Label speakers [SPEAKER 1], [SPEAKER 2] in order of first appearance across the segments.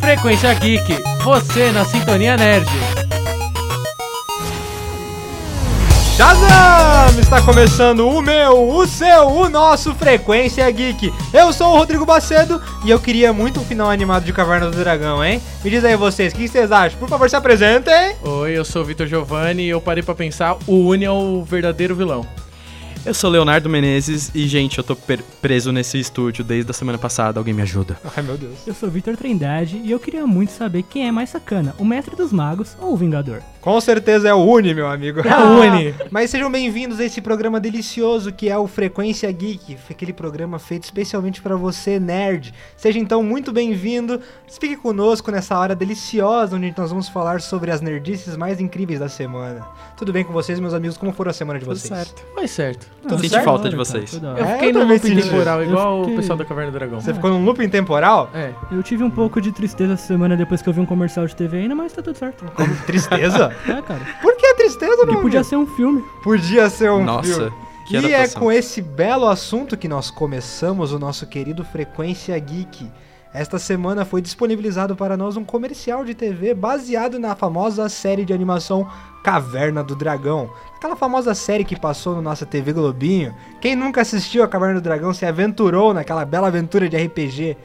[SPEAKER 1] Frequência Geek, você na Sintonia Nerd.
[SPEAKER 2] Shazam! Está começando o meu, o seu, o nosso Frequência Geek. Eu sou o Rodrigo Bacedo e eu queria muito um final animado de Caverna do Dragão, hein? Me diz aí vocês, o que vocês acham? Por favor, se apresentem.
[SPEAKER 1] Oi, eu sou o Vitor Giovanni e eu parei pra pensar, o Uni é o verdadeiro vilão.
[SPEAKER 3] Eu sou Leonardo Menezes e, gente, eu tô per- preso nesse estúdio desde a semana passada. Alguém me ajuda.
[SPEAKER 2] Ai, meu Deus.
[SPEAKER 4] Eu sou Vitor Trindade e eu queria muito saber quem é mais sacana, o Mestre dos Magos ou o Vingador.
[SPEAKER 2] Com certeza é o Uni, meu amigo.
[SPEAKER 1] É o Uni.
[SPEAKER 2] Mas sejam bem-vindos a esse programa delicioso que é o Frequência Geek, aquele programa feito especialmente pra você, nerd. Seja então muito bem-vindo, fique conosco nessa hora deliciosa onde nós vamos falar sobre as nerdices mais incríveis da semana. Tudo bem com vocês, meus amigos? Como foram a semana de vocês?
[SPEAKER 1] Mas certo.
[SPEAKER 4] Tudo
[SPEAKER 3] Senti
[SPEAKER 2] certo?
[SPEAKER 3] falta de vocês.
[SPEAKER 1] Eu
[SPEAKER 2] É,
[SPEAKER 1] fiquei
[SPEAKER 2] eu
[SPEAKER 1] no
[SPEAKER 2] também
[SPEAKER 1] looping
[SPEAKER 2] senti
[SPEAKER 1] temporal,
[SPEAKER 4] isso.
[SPEAKER 1] igual
[SPEAKER 4] Eu
[SPEAKER 1] o
[SPEAKER 4] fiquei-
[SPEAKER 1] pessoal da Caverna do Dragão.
[SPEAKER 2] Você ficou num looping temporal?
[SPEAKER 1] É.
[SPEAKER 4] Eu tive um pouco de tristeza essa semana depois que eu vi um comercial de TV ainda, mas tá tudo certo.
[SPEAKER 2] Como tristeza?
[SPEAKER 4] É, cara.
[SPEAKER 2] Por que tristeza,
[SPEAKER 4] E
[SPEAKER 2] não?
[SPEAKER 4] podia ser um filme.
[SPEAKER 2] Podia ser um
[SPEAKER 3] Nossa,
[SPEAKER 2] filme.
[SPEAKER 3] que
[SPEAKER 2] e é
[SPEAKER 3] adaptação.
[SPEAKER 2] com esse belo assunto que nós começamos o nosso querido Frequência Geek. Esta semana foi disponibilizado para nós um comercial de TV baseado na famosa série de animação Caverna do Dragão. Aquela famosa série que passou na nossa TV Globinho. Quem nunca assistiu a Caverna do Dragão se aventurou naquela bela aventura de RPG.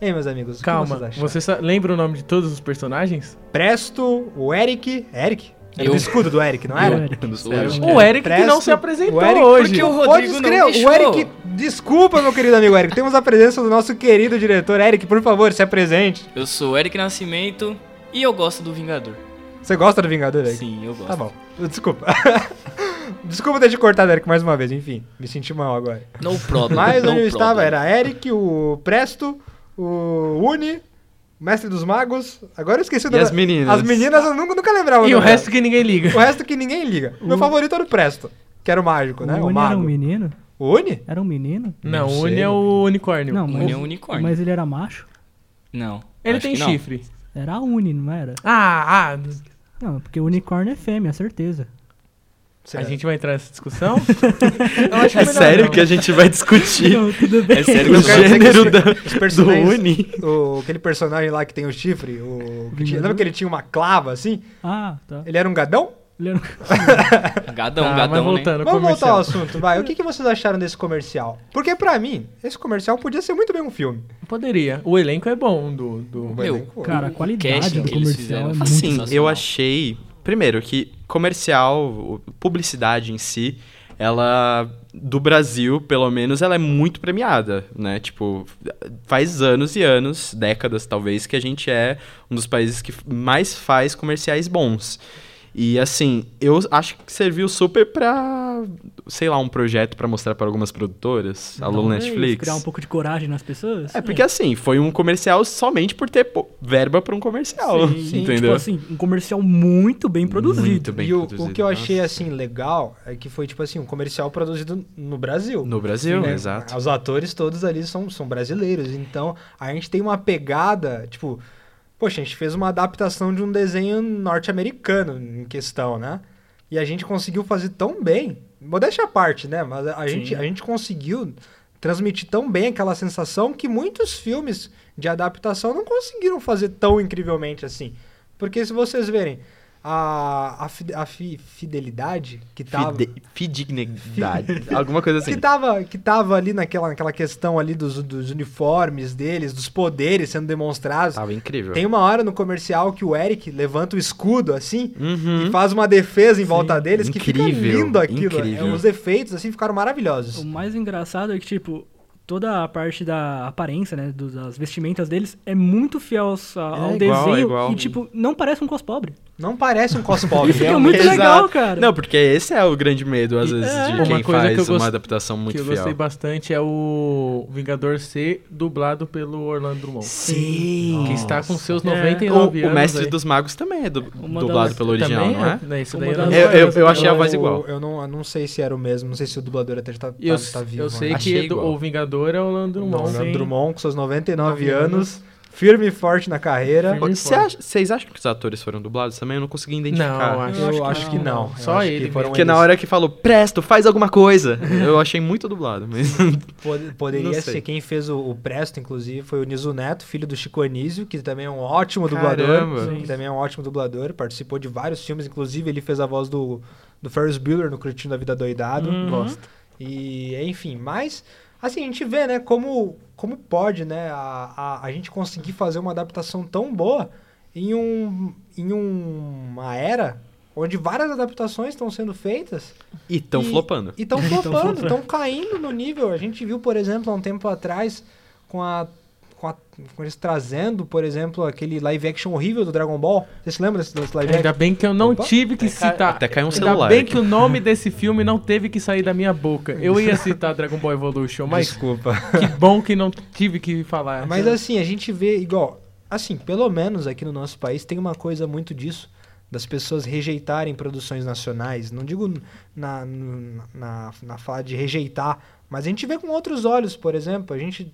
[SPEAKER 2] Ei, meus amigos, o que vocês
[SPEAKER 1] Calma,
[SPEAKER 2] acharam?
[SPEAKER 1] você sa- lembra o nome de todos os personagens?
[SPEAKER 2] Presto, o Eric. Eric? Era
[SPEAKER 5] Eu.
[SPEAKER 2] do escudo do Eric, não era?
[SPEAKER 4] Eu.
[SPEAKER 1] O Eric que
[SPEAKER 2] Presto,
[SPEAKER 1] não se apresentou
[SPEAKER 2] o Eric,
[SPEAKER 1] hoje.
[SPEAKER 5] porque o
[SPEAKER 2] Pode
[SPEAKER 5] Rodrigo
[SPEAKER 2] escrever,
[SPEAKER 5] não deixou.
[SPEAKER 2] O Eric, desculpa, meu querido amigo Eric. Temos a presença do nosso querido diretor. Eric, por favor, se apresente.
[SPEAKER 5] Eu sou o Eric Nascimento e eu gosto do Vingador.
[SPEAKER 2] Você gosta do Vingador, Eric?
[SPEAKER 5] Sim, eu gosto.
[SPEAKER 2] Tá bom. Desculpa. desculpa ter te cortado, Eric, mais uma vez. Enfim, me senti mal agora.
[SPEAKER 5] No problem.
[SPEAKER 2] Mas
[SPEAKER 5] no
[SPEAKER 2] onde eu estava
[SPEAKER 5] problem.
[SPEAKER 2] era Eric, o Presto, o Uni, o Mestre dos Magos. Agora eu esqueci o
[SPEAKER 3] E
[SPEAKER 2] nome
[SPEAKER 3] as
[SPEAKER 2] da-
[SPEAKER 3] meninas?
[SPEAKER 2] As meninas eu nunca, nunca lembrava.
[SPEAKER 1] E o
[SPEAKER 2] nome
[SPEAKER 1] resto que ninguém liga.
[SPEAKER 2] dela. o resto que ninguém liga. Meu favorito era o Presto, que era o mágico, né?
[SPEAKER 4] o
[SPEAKER 2] O
[SPEAKER 4] Uni era um
[SPEAKER 2] mago.
[SPEAKER 4] menino?
[SPEAKER 2] O Uni?
[SPEAKER 4] Era um menino?
[SPEAKER 1] Não,
[SPEAKER 2] Não
[SPEAKER 1] o Uni
[SPEAKER 2] sei.
[SPEAKER 1] é o unicórnio.
[SPEAKER 4] Não,
[SPEAKER 5] Uni é um unicórnio.
[SPEAKER 4] Mas ele era macho?
[SPEAKER 5] Não.
[SPEAKER 1] Ele
[SPEAKER 5] acho
[SPEAKER 1] tem
[SPEAKER 5] que não.
[SPEAKER 1] chifre.
[SPEAKER 4] Era a Uni, não era?
[SPEAKER 1] Ah, ah,
[SPEAKER 4] Não, porque unicórnio é fêmea, certeza.
[SPEAKER 1] a
[SPEAKER 2] Será?
[SPEAKER 1] gente vai entrar nessa discussão? Eu acho
[SPEAKER 3] É
[SPEAKER 1] melhor
[SPEAKER 3] sério
[SPEAKER 1] não.
[SPEAKER 3] que a gente vai discutir
[SPEAKER 4] Não, tudo bem.
[SPEAKER 3] é sério
[SPEAKER 2] Eu
[SPEAKER 3] o
[SPEAKER 2] quero dizer que
[SPEAKER 3] gênero
[SPEAKER 2] os-
[SPEAKER 3] da,
[SPEAKER 2] os
[SPEAKER 3] do
[SPEAKER 2] personagens-
[SPEAKER 3] Uni?
[SPEAKER 2] O, aquele personagem lá que tem o chifre, o. que tinha- lembra que ele tinha uma clava assim?
[SPEAKER 4] Ah, tá.
[SPEAKER 2] Ele era um gadão?
[SPEAKER 4] Ele era um-
[SPEAKER 5] Gadão,
[SPEAKER 1] Tá, mas
[SPEAKER 5] gadão, né?
[SPEAKER 1] voltando,
[SPEAKER 2] Vamos voltar
[SPEAKER 1] comercial.
[SPEAKER 2] ao assunto, vai. O que, que vocês acharam desse comercial? Porque pra mim, esse comercial podia ser muito bem um filme.
[SPEAKER 1] Poderia. O elenco é bom do. do...
[SPEAKER 5] Meu,
[SPEAKER 2] Pô,
[SPEAKER 4] Cara, a qualidade
[SPEAKER 5] casting
[SPEAKER 4] do
[SPEAKER 5] que eles
[SPEAKER 4] comercial
[SPEAKER 5] fizeram
[SPEAKER 4] é
[SPEAKER 5] foi
[SPEAKER 4] muito
[SPEAKER 3] Assim, eu
[SPEAKER 5] sensacional.
[SPEAKER 3] achei. Primeiro, que comercial, o- publicidade em si, ela. Do Brasil, pelo menos, ela é muito premiada, né? Tipo, faz anos e anos, décadas talvez, que a gente é um dos países que mais faz comerciais bons. E assim, eu acho que serviu super pra, sei lá, um projeto pra mostrar pra algumas produtoras, alô
[SPEAKER 4] Talvez
[SPEAKER 3] Netflix.
[SPEAKER 4] Criar um pouco de coragem nas pessoas?
[SPEAKER 3] É, porque assim, foi um comercial somente por ter pô, verba pra um comercial,
[SPEAKER 4] Sim,
[SPEAKER 3] entendeu?
[SPEAKER 4] Tipo assim, um comercial muito bem produzido.
[SPEAKER 3] Muito bem
[SPEAKER 2] E o,
[SPEAKER 3] produzido,
[SPEAKER 2] o que eu achei
[SPEAKER 3] nossa.
[SPEAKER 2] assim legal é que foi tipo assim, um comercial produzido no Brasil.
[SPEAKER 3] No Brasil,
[SPEAKER 2] né?
[SPEAKER 3] exato.
[SPEAKER 2] Os atores todos ali são, são brasileiros, então a gente tem uma pegada, tipo, poxa, a gente fez uma adaptação de um desenho norte-americano em questão, né? E a gente conseguiu fazer tão bem, modéstia à parte, né? Mas a, a gente, a gente conseguiu transmitir tão bem aquela sensação que muitos filmes de adaptação não conseguiram fazer tão incrivelmente assim. Porque se vocês verem, a, a, fi- a fi- fidelidade que tava...
[SPEAKER 3] Fide- Fidignidade. Alguma coisa assim.
[SPEAKER 2] Que tava, que tava ali naquela, naquela questão ali dos, dos uniformes deles, dos poderes sendo demonstrados.
[SPEAKER 3] Tava incrível.
[SPEAKER 2] Tem uma hora no comercial que o Eric levanta o escudo assim
[SPEAKER 3] Uhum.
[SPEAKER 2] e faz uma defesa em volta deles que fica
[SPEAKER 3] Incrível,
[SPEAKER 2] lindo aquilo.
[SPEAKER 3] incrível.
[SPEAKER 2] É, os efeitos assim ficaram maravilhosos.
[SPEAKER 4] O mais engraçado é que, tipo, toda a parte da aparência, né? do- das vestimentas deles é muito fiel aos- ao
[SPEAKER 3] É igual, é
[SPEAKER 4] desenho.
[SPEAKER 3] igual.
[SPEAKER 4] E, tipo, não parece um cos pobre.
[SPEAKER 2] Não parece um cosplay.
[SPEAKER 4] Isso que é muito
[SPEAKER 3] Exato.
[SPEAKER 4] legal, cara.
[SPEAKER 3] Não, porque esse é o grande medo, às
[SPEAKER 1] E-
[SPEAKER 3] vezes,
[SPEAKER 4] é.
[SPEAKER 3] de
[SPEAKER 1] Uma
[SPEAKER 3] quem
[SPEAKER 1] coisa
[SPEAKER 3] faz
[SPEAKER 1] que eu
[SPEAKER 3] uma
[SPEAKER 1] gost-
[SPEAKER 3] adaptação
[SPEAKER 1] que
[SPEAKER 3] muito
[SPEAKER 1] eu
[SPEAKER 3] fiel.
[SPEAKER 1] gostei bastante é o Vingador ser dublado pelo Orlando Drummond.
[SPEAKER 3] Sim.
[SPEAKER 1] Que está com seus
[SPEAKER 4] É.
[SPEAKER 1] 99
[SPEAKER 3] O, o
[SPEAKER 1] anos.
[SPEAKER 3] Mestre
[SPEAKER 1] aí.
[SPEAKER 3] dos Magos também é du-
[SPEAKER 4] Uma
[SPEAKER 3] dublado
[SPEAKER 4] das-
[SPEAKER 3] pelo original,
[SPEAKER 1] Também
[SPEAKER 3] não é?
[SPEAKER 1] Não, isso
[SPEAKER 4] Uma
[SPEAKER 1] daí eu,
[SPEAKER 4] das-
[SPEAKER 1] não
[SPEAKER 3] Eu- eu-
[SPEAKER 1] sei.
[SPEAKER 3] eu achei a voz
[SPEAKER 2] Eu-
[SPEAKER 3] igual.
[SPEAKER 2] Eu não, eu não sei se era o mesmo, não sei se o dublador até tá, tá,
[SPEAKER 1] Eu,
[SPEAKER 2] tá vivo.
[SPEAKER 1] eu sei
[SPEAKER 2] ainda.
[SPEAKER 3] Achei
[SPEAKER 1] que do-
[SPEAKER 3] igual.
[SPEAKER 1] o Vingador é o Orlando Drummond.
[SPEAKER 2] Orlando
[SPEAKER 1] hein?
[SPEAKER 2] Drummond com seus 99
[SPEAKER 1] 99
[SPEAKER 2] anos firme e forte na carreira.
[SPEAKER 1] Firme. Muito
[SPEAKER 3] Cê
[SPEAKER 1] foda.
[SPEAKER 3] acha- Vocês acham que os atores foram dublados também? Eu não consegui identificar.
[SPEAKER 1] Não, acho.
[SPEAKER 2] Eu, acho que não. Eu
[SPEAKER 1] Só
[SPEAKER 2] acho que
[SPEAKER 1] ele
[SPEAKER 2] foram
[SPEAKER 1] mesmo.
[SPEAKER 3] Porque na
[SPEAKER 2] eles.
[SPEAKER 3] hora que falou, presto, faz alguma coisa, eu achei muito dublado, mas...
[SPEAKER 2] Pod-
[SPEAKER 3] Não
[SPEAKER 2] Poderia
[SPEAKER 3] sei.
[SPEAKER 2] ser quem fez o, o Presto, inclusive, foi o Niso Neto, filho do Chico Anísio, que também é um ótimo
[SPEAKER 3] Caramba.
[SPEAKER 2] dublador.
[SPEAKER 4] Sim.
[SPEAKER 2] Que também é um ótimo dublador, participou de vários filmes, inclusive ele fez a voz do, do Ferris Bueller no Curtindo a Vida Doidado.
[SPEAKER 4] Uhum. Gosto.
[SPEAKER 2] E, enfim, mas, assim, a gente vê, né, como, como pode, né, a, a, a gente conseguir fazer uma adaptação tão boa em, um, em um- uma era onde várias adaptações estão sendo feitas
[SPEAKER 3] E tão flopando.
[SPEAKER 2] e estão
[SPEAKER 4] Tão
[SPEAKER 2] flopando,
[SPEAKER 4] flopando.
[SPEAKER 2] estão caindo no nível. A gente viu, por exemplo, há um tempo atrás, com a. Com, a- com eles trazendo, por exemplo, aquele live action horrível do Dragon Ball. Você se lembra desse, desse live action?
[SPEAKER 1] Ainda bem que eu não
[SPEAKER 2] É. Opa.
[SPEAKER 1] tive que
[SPEAKER 5] Até cai-
[SPEAKER 1] citar.
[SPEAKER 3] até caiu um
[SPEAKER 1] Ainda
[SPEAKER 3] celular
[SPEAKER 1] bem
[SPEAKER 3] aqui.
[SPEAKER 1] que o nome desse filme não teve que sair da minha boca. Eu ia citar Dragon Ball Evolution, mas
[SPEAKER 2] Desculpa.
[SPEAKER 1] que bom que não tive que falar.
[SPEAKER 2] Mas assim, a gente vê igual. Assim, pelo menos aqui no nosso país tem uma coisa muito disso, das pessoas rejeitarem produções nacionais. Não digo na, na, na, na fala de rejeitar, mas a gente vê com outros olhos, por exemplo. A gente.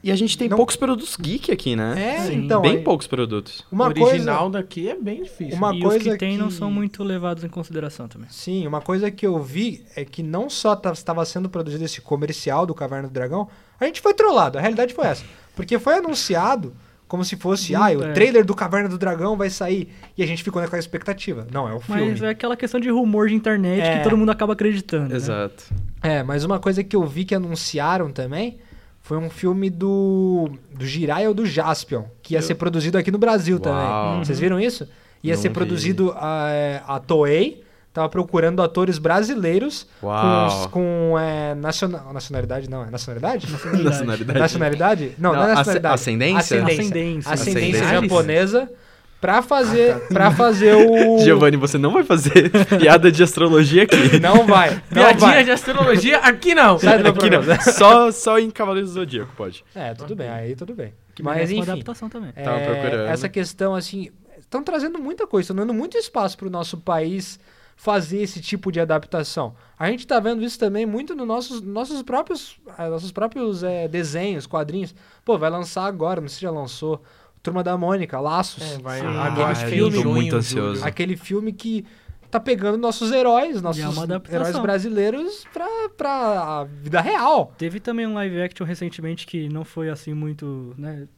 [SPEAKER 3] E a gente tem
[SPEAKER 2] Não-
[SPEAKER 3] poucos produtos geek aqui, né?
[SPEAKER 2] É,
[SPEAKER 4] Sim.
[SPEAKER 2] então.
[SPEAKER 3] Bem
[SPEAKER 2] a-
[SPEAKER 3] poucos produtos.
[SPEAKER 2] Uma
[SPEAKER 1] original
[SPEAKER 2] coisa,
[SPEAKER 1] daqui é bem difícil.
[SPEAKER 2] Uma
[SPEAKER 4] e os
[SPEAKER 2] coisa
[SPEAKER 4] que tem não
[SPEAKER 2] que-
[SPEAKER 4] são muito levados em consideração também.
[SPEAKER 2] Sim, uma coisa que eu vi é que não só tá- estava sendo produzido esse comercial do Caverna do Dragão, a gente foi trollado, a realidade foi essa. Porque foi anunciado como se fosse, ah, o
[SPEAKER 4] é.
[SPEAKER 2] trailer do Caverna do Dragão vai sair. E a gente ficou naquela expectativa. Não, é o filme.
[SPEAKER 4] Mas é aquela questão de rumor de internet
[SPEAKER 2] É.
[SPEAKER 4] que todo mundo acaba acreditando. né?
[SPEAKER 3] Exato.
[SPEAKER 2] É, mas uma coisa que eu vi que anunciaram também foi um filme do do Jiraiya ou do Jaspion, que ia ser produzido aqui no Brasil
[SPEAKER 3] Uau.
[SPEAKER 2] também.
[SPEAKER 1] Uhum.
[SPEAKER 2] Vocês viram isso? Ia
[SPEAKER 3] Não
[SPEAKER 2] ser
[SPEAKER 3] vi.
[SPEAKER 2] produzido a, é, a Toei, tava procurando atores brasileiros com,
[SPEAKER 3] Uau.
[SPEAKER 2] os- com é, naciona- nacionalidade, não, é nacionalidade?
[SPEAKER 3] Nacionalidade.
[SPEAKER 2] Nacionalidade? Não, não,
[SPEAKER 3] Não,
[SPEAKER 2] é
[SPEAKER 3] asce-
[SPEAKER 2] nacionalidade.
[SPEAKER 3] ascendência?
[SPEAKER 2] Ascendência,
[SPEAKER 4] Ascendência.
[SPEAKER 2] Ascendência
[SPEAKER 3] Ascendência. Ah, tá.
[SPEAKER 2] japonesa pra fazer, pra fazer o...
[SPEAKER 3] Giovanni, você não vai fazer piada de astrologia aqui.
[SPEAKER 2] Não vai, não
[SPEAKER 1] Piadinha
[SPEAKER 2] vai.
[SPEAKER 1] de astrologia aqui não.
[SPEAKER 2] Sai do meu
[SPEAKER 3] Aqui não.
[SPEAKER 2] programa.
[SPEAKER 3] Só, só em Cavaleiros do Zodíaco pode.
[SPEAKER 2] É, tudo bem, aí tudo bem.
[SPEAKER 4] Que
[SPEAKER 2] Mas
[SPEAKER 4] merece uma
[SPEAKER 2] enfim,
[SPEAKER 4] adaptação também.
[SPEAKER 2] É,
[SPEAKER 3] Tava procurando.
[SPEAKER 2] Essa questão, assim, estão trazendo muita coisa, estão dando muito espaço para o nosso país fazer esse tipo de adaptação. A gente tá vendo isso também muito nos nossos, nossos próprios, ah, nossos próprios eh, desenhos, quadrinhos. Pô, vai lançar agora, não sei se já lançou. Turma da Mônica, Laços.
[SPEAKER 1] É, vai,
[SPEAKER 4] Sim.
[SPEAKER 1] agora
[SPEAKER 4] Ah,
[SPEAKER 1] acho que
[SPEAKER 4] eu
[SPEAKER 1] em
[SPEAKER 4] tô
[SPEAKER 1] junho,
[SPEAKER 3] muito
[SPEAKER 1] julho.
[SPEAKER 3] ansioso.
[SPEAKER 2] Aquele filme que tá pegando nossos heróis, nossos
[SPEAKER 4] é uma adaptação.
[SPEAKER 2] heróis brasileiros pra, pra a vida real.
[SPEAKER 4] Teve também um live action recentemente que não foi assim muito, né?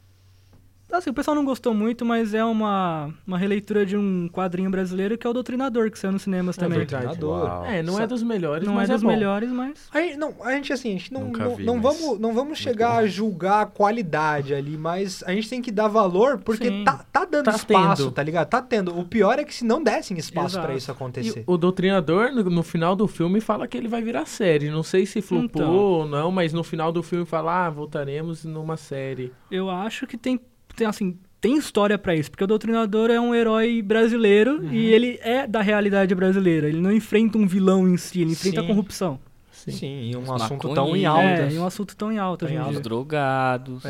[SPEAKER 4] Assim, o pessoal não gostou muito, mas é uma, uma releitura de um quadrinho brasileiro que é o Doutrinador, que saiu nos
[SPEAKER 2] É
[SPEAKER 4] cinemas também.
[SPEAKER 1] verdade.
[SPEAKER 2] Doutrinador.
[SPEAKER 3] Uau.
[SPEAKER 1] É, não é dos melhores,
[SPEAKER 4] Não é
[SPEAKER 1] mas
[SPEAKER 4] das
[SPEAKER 1] bom.
[SPEAKER 4] melhores, mas.
[SPEAKER 2] A gente, não, a gente assim, a gente não,
[SPEAKER 3] Nunca
[SPEAKER 2] não,
[SPEAKER 3] vi,
[SPEAKER 2] não
[SPEAKER 3] mas
[SPEAKER 2] vamos, não vamos chegar a julgar a qualidade ali, mas a gente tem que dar valor porque
[SPEAKER 4] Sim.
[SPEAKER 2] tá, tá dando
[SPEAKER 1] Tá
[SPEAKER 2] espaço,
[SPEAKER 1] tendo.
[SPEAKER 2] tá ligado? Tá tendo. O pior é que se não dessem espaço
[SPEAKER 4] Exato.
[SPEAKER 2] pra isso
[SPEAKER 1] E
[SPEAKER 2] acontecer.
[SPEAKER 1] o doutrinador, no, no final do filme, fala que ele vai virar série. Não sei se flopou
[SPEAKER 4] Então.
[SPEAKER 1] ou não, mas no final do filme fala, ah, voltaremos numa série.
[SPEAKER 4] Eu acho que tem, tem assim, tem história pra isso, porque o Doutrinador é um herói brasileiro e ele é da realidade brasileira. Ele não enfrenta um vilão em si, ele enfrenta
[SPEAKER 2] Sim.
[SPEAKER 4] a corrupção.
[SPEAKER 2] Sim, e um
[SPEAKER 5] Os
[SPEAKER 2] assunto tão em
[SPEAKER 5] maconheiros.
[SPEAKER 2] alta.
[SPEAKER 4] É, e um assunto tão em alta
[SPEAKER 2] Tão em
[SPEAKER 4] hoje em
[SPEAKER 5] Os
[SPEAKER 4] dia.
[SPEAKER 5] drogados,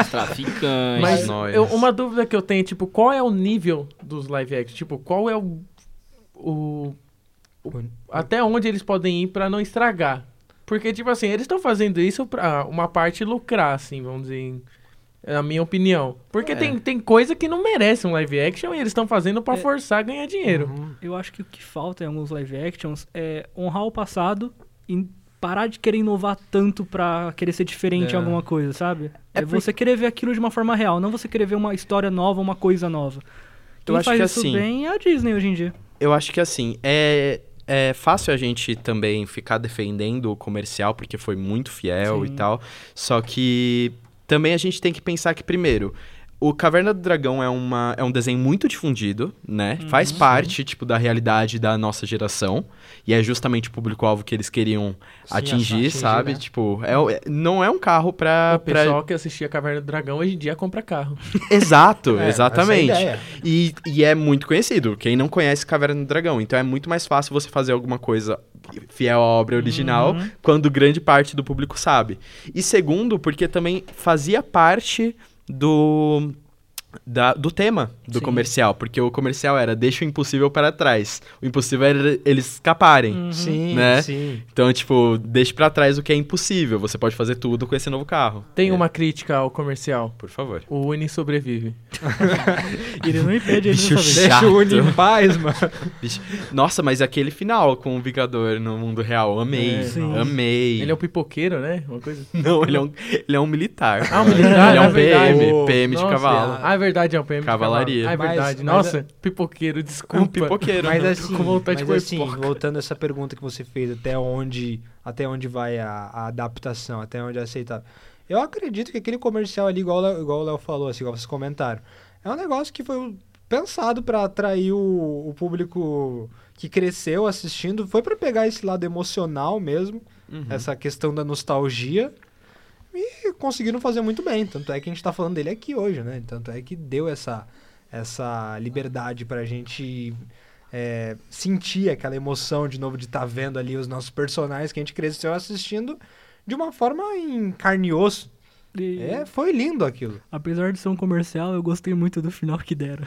[SPEAKER 5] os traficantes.
[SPEAKER 1] Mas
[SPEAKER 3] nós.
[SPEAKER 1] eu- uma dúvida que eu tenho, tipo, qual é o nível dos live action? Tipo, qual é o. o- o- até onde eles podem ir pra não estragar? Porque, tipo assim, eles estão fazendo isso pra uma parte lucrar, assim, vamos dizer, em- na minha opinião. Porque
[SPEAKER 3] É.
[SPEAKER 1] tem, tem coisa que não merece um live action e eles estão fazendo pra
[SPEAKER 4] É.
[SPEAKER 1] forçar a ganhar dinheiro.
[SPEAKER 2] Uhum.
[SPEAKER 4] Eu acho que o que falta em alguns live actions é honrar o passado e parar de querer inovar tanto pra querer ser diferente
[SPEAKER 3] É.
[SPEAKER 4] em alguma coisa, sabe? É,
[SPEAKER 3] É porque-
[SPEAKER 4] você querer ver aquilo de uma forma real, não você querer ver uma história nova, uma coisa nova. Quem
[SPEAKER 3] acho
[SPEAKER 4] faz
[SPEAKER 3] que
[SPEAKER 4] isso
[SPEAKER 3] assim-
[SPEAKER 4] bem é a Disney hoje em dia.
[SPEAKER 3] Eu acho que assim, é, é fácil a gente também ficar defendendo o comercial, porque foi muito fiel
[SPEAKER 4] Sim.
[SPEAKER 3] e tal. Só que também a gente tem que pensar que, primeiro, o Caverna do Dragão é, uma, é um desenho muito difundido, né?
[SPEAKER 2] Uhum.
[SPEAKER 3] Faz parte, tipo, da realidade da nossa geração. E é justamente o público-alvo que eles queriam
[SPEAKER 2] Sim,
[SPEAKER 3] atingir,
[SPEAKER 2] atingir,
[SPEAKER 3] sabe?
[SPEAKER 2] né?
[SPEAKER 3] Tipo, é, o- é- não é um carro pra...
[SPEAKER 1] Ah, o
[SPEAKER 3] pra-
[SPEAKER 1] pessoal que assistia Caverna do Dragão hoje em dia compra carro.
[SPEAKER 3] Exato,
[SPEAKER 2] É,
[SPEAKER 3] exatamente.
[SPEAKER 2] essa é a ideia.
[SPEAKER 3] E, e é muito conhecido. Quem não conhece Caverna do Dragão. Então é muito mais fácil você fazer alguma coisa fiel à obra original quando grande parte do público sabe. E segundo, porque também fazia parte do da- do tema do
[SPEAKER 4] Sim.
[SPEAKER 3] comercial, porque o comercial era deixa o impossível para trás. O impossível era eles escaparem.
[SPEAKER 2] Sim,
[SPEAKER 3] Né?
[SPEAKER 2] sim.
[SPEAKER 3] Então, tipo, deixe pra trás o que é impossível. Você pode fazer tudo com esse novo carro.
[SPEAKER 1] Tem
[SPEAKER 3] É,
[SPEAKER 1] uma crítica ao comercial.
[SPEAKER 3] Por favor.
[SPEAKER 1] O Uni sobrevive.
[SPEAKER 4] Ele não impede ele
[SPEAKER 3] Bicho
[SPEAKER 4] dessa vez.
[SPEAKER 3] chato.
[SPEAKER 2] Deixa o Uni em paz, mano.
[SPEAKER 3] Bicho. Nossa, mas é aquele final com o Vingador no mundo real. Amei.
[SPEAKER 2] É,
[SPEAKER 4] sim.
[SPEAKER 3] amei.
[SPEAKER 1] Ele é um pipoqueiro, né? Uma coisa assim.
[SPEAKER 3] Não, ele é um, ele é um militar.
[SPEAKER 1] Ah, um militar,
[SPEAKER 3] Ele é
[SPEAKER 1] é
[SPEAKER 3] um PM,
[SPEAKER 2] verdade.
[SPEAKER 3] PM de
[SPEAKER 1] Nossa,
[SPEAKER 3] cavalo.
[SPEAKER 1] Ah, é verdade, é um PM. de
[SPEAKER 3] Cavalaria.
[SPEAKER 1] cavalo. Ah, é
[SPEAKER 2] Mas-
[SPEAKER 1] verdade.
[SPEAKER 2] mas
[SPEAKER 1] Nossa, pipoqueiro,
[SPEAKER 3] É
[SPEAKER 1] desculpa.
[SPEAKER 3] um pipoqueiro.
[SPEAKER 2] Mas
[SPEAKER 3] né?
[SPEAKER 2] assim,
[SPEAKER 1] com vontade de
[SPEAKER 2] mas
[SPEAKER 1] comer
[SPEAKER 2] assim voltando a essa pergunta que você fez, até onde, até onde vai a, a adaptação, até onde é aceitável. Eu acredito que aquele comercial ali, igual, o Léo- igual o Léo falou, assim, igual vocês comentaram, é um negócio que foi pensado pra atrair o, o público que cresceu assistindo, foi pra pegar esse lado emocional mesmo,
[SPEAKER 3] Uhum.
[SPEAKER 2] essa questão da nostalgia. E conseguiram fazer muito bem, tanto é que a gente tá falando dele aqui hoje, né? Tanto é que deu essa, essa liberdade pra gente é, sentir aquela emoção de novo de estar vendo ali os nossos personagens que a gente cresceu assistindo de uma forma em carne e osso.
[SPEAKER 4] E,
[SPEAKER 2] É, foi lindo aquilo.
[SPEAKER 4] Apesar de ser um comercial, eu gostei muito do final que deram.